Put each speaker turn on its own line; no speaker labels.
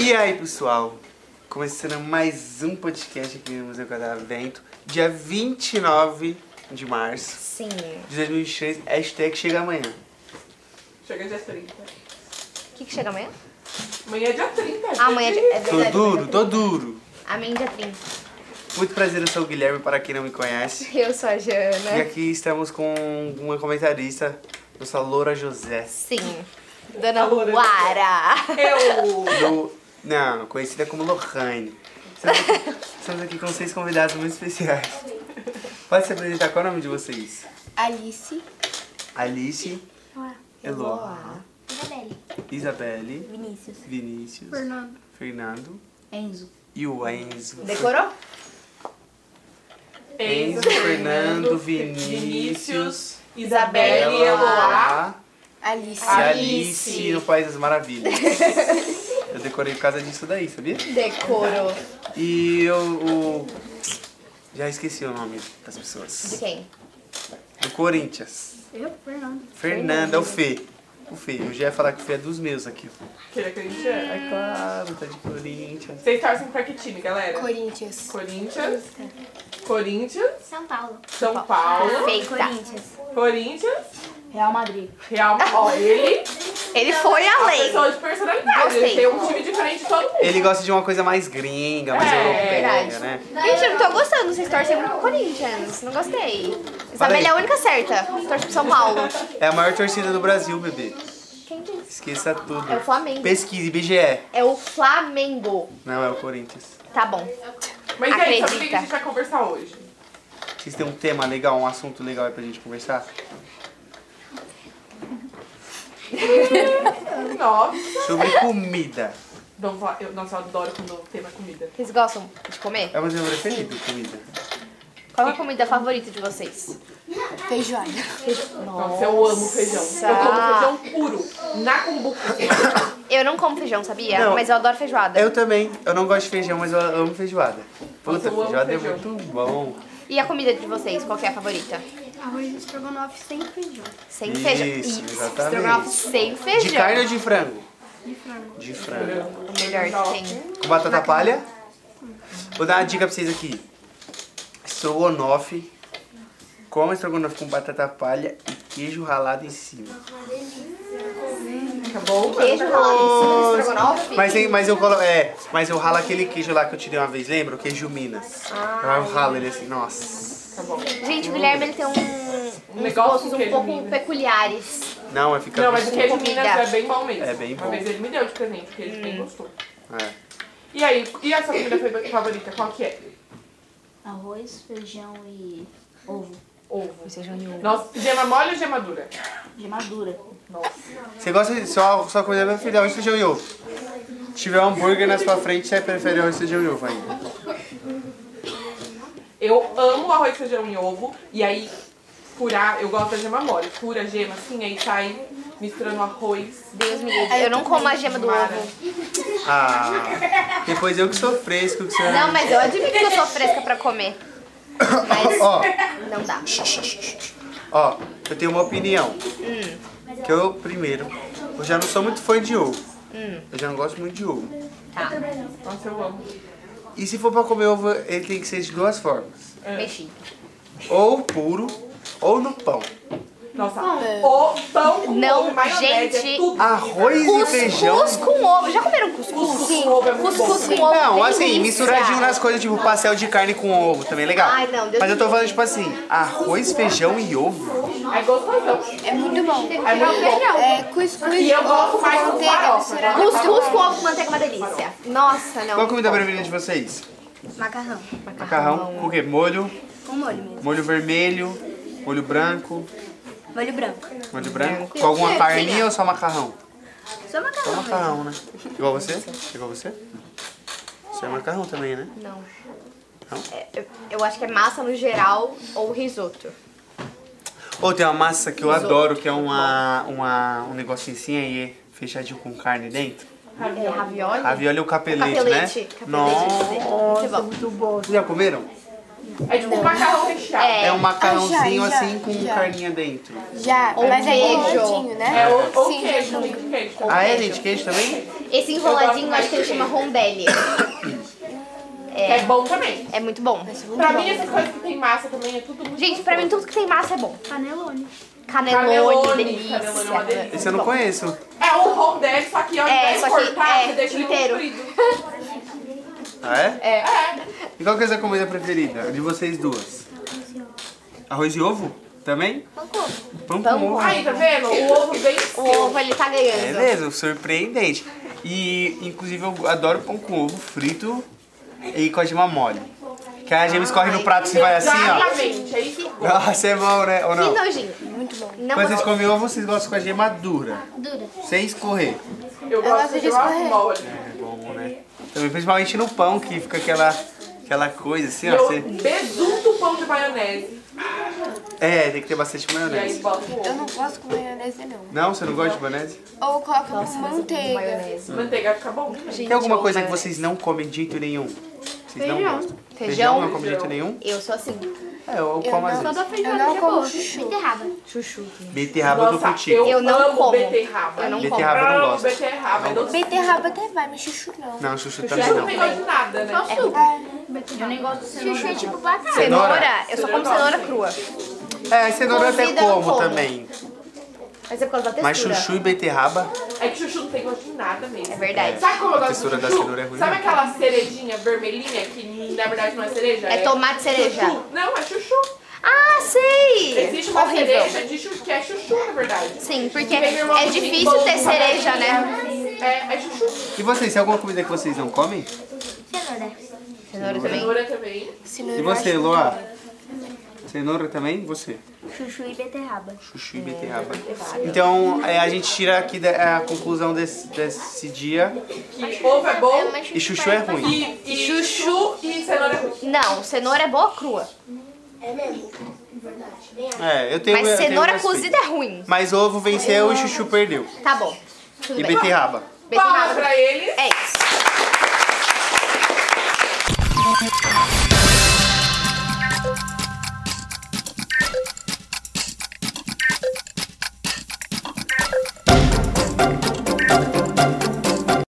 E aí, pessoal? Começando mais um podcast aqui no Museu Catavento, dia 29 de março
Sim.
de 2023, hashtag chega amanhã.
Chega dia 30.
O que, que chega amanhã?
Amanhã é dia 30.
Amanhã é dia- é
Tô
verdade.
duro, tô duro.
A minha é dia 30.
Muito prazer, eu sou o Guilherme, para quem não me conhece.
Eu sou a
E
Jana.
aqui estamos com uma comentarista, nossa Loura José.
Sim. Dona
Alô, né?
Luara.
É Eu.
Do- não, conhecida como Lohane. Estamos aqui, estamos aqui com seis convidados muito especiais. Pode se apresentar, qual é o nome de vocês?
Alice.
Alice, Eloa,
Isabelle.
Isabelle,
Vinícius.
Vinícius,
Fernando.
Fernando
Enzo.
e o Enzo.
Decorou?
Enzo, Fernando, Vinícius,
Isabelle e Eloá.
Eloá
Alice.
e Alice no País das Maravilhas. Eu decorei por causa disso daí, sabia?
Decorou.
E eu, o- já esqueci o nome das pessoas.
De quem?
Do Corinthians.
Eu, Fernando.
Fernanda, o Fê. O Fê. Eu já ia falar que o Fê é dos meus aqui.
Queria que a gente é.
É claro, tá de Corinthians.
Vocês torcem pra que time, galera?
Corinthians.
Corinthians. Corinthians.
São Paulo.
São Paulo.
Perfeita.
Corinthians.
Real Madrid.
Real Madrid. Ó, ele.
Ele foi além.
Pessoa de personalidade.
Gostei.
Ele tem um time diferente de todo mundo.
Ele gosta de uma coisa mais gringa, mais
É,
europeia,
verdade.
né?
Gente, eu não tô gostando. Vocês torcem muito pro Corinthians. Não gostei.
Fala aí.
Isabelle é a única certa. Torce pro São Paulo.
É a maior torcida do Brasil, bebê.
Quem disse?
Esqueça tudo.
É o Flamengo.
Pesquise, IBGE.
É o Flamengo.
Não, é o Corinthians.
Tá bom.
Mas e aí, sobre o que
Acredita.
a gente vai conversar hoje?
Vocês têm um tema legal, um assunto legal aí pra gente conversar?
Nossa.
Sobre comida.
Vamos falar. Eu, nossa, eu adoro quando o tema é comida.
Vocês gostam de comer?
É o meu tema preferido, comida.
Qual é a comida favorita de vocês?
Feijoada.
Nossa, Então, eu amo feijão. Eu como feijão puro. Na cumbuca.
Eu não como feijão, sabia?
Não.
Mas eu adoro feijoada.
Eu também. Eu não gosto de feijão, mas eu amo feijoada. Puta,
Nossa, eu amo
feijoada é
feijão.
muito bom.
E a comida de vocês, qual que é a favorita?
Arroz estrogonofe sem feijão.
Sem feijão.
Isso,
Ih,
exatamente.
estrogonofe sem feijão.
De carne ou de frango?
De frango.
De frango.
Melhor que tem.
Com batata palha? Vou dar uma dica pra vocês aqui. Estrogonofe. Coma estrogonofe com batata palha e queijo ralado em cima.
Tá bom?
Queijo ralado em cima do estrogonofe?
Mas, hein, mas eu colo... é, mas eu ralo aquele queijo lá que eu te dei uma vez, lembra? O queijo Minas.
Ah.
Eu ralo ele assim, nossa.
Tá bom.
Gente, o Guilherme ele tem um, uns
negócio
gostos
com
um
queijo
pouco
Minas.
peculiares.
Não, é fica
Não, mas o
gostoso.
queijo Minas é bem bom mesmo.
É bem bom.
Uma vez ele me deu de presente, porque ele
Hum.
bem gostou.
É.
E aí, e a sua comida fa- favorita? Qual que é?
Arroz, feijão e ovo.
Ovo. Nossa, gema mole ou gema dura?
De madura.
Nossa.
Você gosta de só, só comida preferida, arroz, feijão e ovo. Se tiver um hambúrguer na sua frente, você prefere arroz, feijão e ovo ainda.
Eu amo arroz, feijão e ovo. E aí, furar, eu gosto da gema mole. Fura a gema assim, aí sai misturando arroz.
Deus me livre. Eu não como a gema do
É, Mara.
ovo.
Ah, depois eu que sou fresco, que sou...
Não, mas eu admito que eu sou fresca pra comer. Mas
Ó,
não dá.
Ó, eu tenho uma opinião.
Hum.
Que eu, primeiro, eu já não sou muito fã de ovo.
Hum.
Eu já não gosto muito de ovo.
Nossa, eu amo.
E se for pra comer ovo, ele tem que ser de duas formas.
Mexi.
Ou puro, ou no pão.
Nossa, o pão com
é. Não,
ovo e maionese
gente.
é tudo.
Arroz e feijão.
Cuscuz com ovo. Já comeram
Cuscuz
cuscuz?
com ovo é muito bom.
Cuscuz com ovo.
Não, assim,
delícia.
misturadinho nas coisas, tipo pastel de carne com ovo, também é legal.
Ai, não, Deus
Mas eu tô
me
falando, tipo assim, arroz, feijão e ovo.
É gostosão.
É muito bom.
É muito bom.
É cuscuz.
E eu gosto mais com farofa.
Cuscuz com ovo com manteiga é uma delícia. Nossa, não.
Qual a comida preferida de vocês?
Macarrão.
Macarrão, com o quê? Molho,
Com molho mesmo.
molho vermelho, molho branco,
Molho branco. É.
molho branco. Com alguma carninha ou só macarrão?
Só macarrão.
Só macarrão, né? Igual você? Igual você? Você é macarrão também, né?
Não.
Não?
É, eu- eu acho que é massa no geral ou risoto.
Ou tem uma massa que eu adoro, que é uma, uma, um negocinho assim aí, fechadinho com carne dentro.
É, ravioli?
Ravioli é o capelete,
Capelete,
né?
capelete.
Nossa,
Muito bom.
muito bom. Vocês já comeram?
É tipo um macarrão recheado.
É.
É, um macarrãozinho
Ah, já,
assim
já,
com
já.
carninha dentro.
Já,
Ou
mas é
queijo.
enroladinho, né?
É, ou, ou
Sim,
queijo,
já
muito queijo.
Ah, é, gente? Queijo também?
Esse enroladinho eu acho que ele chama rondelli.
É. bom também.
É muito bom.
Pra mim, essas coisas que tem massa também é tudo muito
assim. Gente, pra mim tudo que tem massa é bom.
Panelone.
Canelone,
Canelone,
delícia.
canelone é uma delícia.
Esse eu não
Bom.
conheço.
É o rondelli, só que ao
É,
invés de
só que-
cortar,
é,
você deixa ele
inteiro.
comprido.
Ah, é?
É.
E qual que é a sua comida preferida de vocês duas? Arroz e ovo? Também? Pão com
Pão com
ovo.
Aí, tá vendo? O ovo bem
O ovo ele tá
É
ganhando.
mesmo, surpreendente. E, inclusive, eu adoro pão com ovo frito e com a gema mole. Que a gema escorre no prato e vai assim, ó.
Exatamente, é isso que eu gosto.
Nossa, é bom, né? Ou
Que
não?
nojinho. Muito bom. Não
Quando vocês
gosto.
comem ovo, vocês gostam com a gema dura. Dura. Sem escorrer.
Eu gosto
gosto
de
de
uma
escorrer.
mole.
É bom, né? Também, principalmente no pão, que fica aquela, aquela coisa assim, ó.
Eu
você-
besunto o pão de maionese.
É, tem que ter bastante
E aí,
maionese.
boto o
Eu
ovo.
não gosto com maionese, não.
Não, você não gosta de maionese?
Ou coloca com manteiga.
Maionese.
Manteiga fica bom né? também.
Gente,
Tem alguma
eu
coisa que
amo
vocês não comem de jeito nenhum? Vocês não
Feijão.
gostam?
Feijão?
não come de jeito nenhum?
Eu sou assim.
É, eu como às
não-
vezes.
Eu não como chuchu.
Chuchu.
Beterraba eu tô
Nossa,
contigo.
eu,
Eu não
amo
como.
beterraba.
Eu não como.
Beterraba eu não
amo
gosto.
beterraba. É doce.
Beterraba até vai, mas chuchu não.
Não, chuchu também
Chuchu é não
não.
tem gosto de nada, né?
Cenoura?
Cenoura, eu só como cenoura crua.
É, cenoura eu até
Cozida eu
como
como.
também.
Mas é por causa da textura.
Mas chuchu e beterraba,
É que chuchu não tem gosto de nada mesmo.
É verdade.
Sabe como eu
A
gosto
textura
de
da
chuchu?
cenoura é ruim
Sabe
mesmo.
aquela cerejinha vermelhinha que na verdade não é cereja?
É tomate cereja.
Chuchu. Não, é chuchu.
Ah, sei!
Existe uma
Horrível.
cereja de chuchu, que é chuchu, na verdade.
Sim, porque
Que vem numa
é
bolinha de
difícil
bolo,
ter
uma
cereja, né?
bolinha. É, é chuchu.
E vocês, tem alguma comida que vocês não comem?
Cenoura também.
Cenoura também.
Senão
E
eu
você,
acho-
Loa? Cenoura também? Você?
Chuchu e beterraba.
Chuchu e beterraba. Então, é, a gente tira aqui da- a conclusão desse, desse dia.
Que ovo é bom.
E chuchu é ruim.
E, e chuchu e cenoura é ruim.
Não, cenoura é boa crua.
É, eu tenho.
Mas
eu tenho
cenoura
meus filhos.
cozida é ruim.
Mas ovo venceu e chuchu perdeu.
Tá bom. Tudo
E
bem.
beterraba.
Beterraba.
Palmas pra eles.
É isso.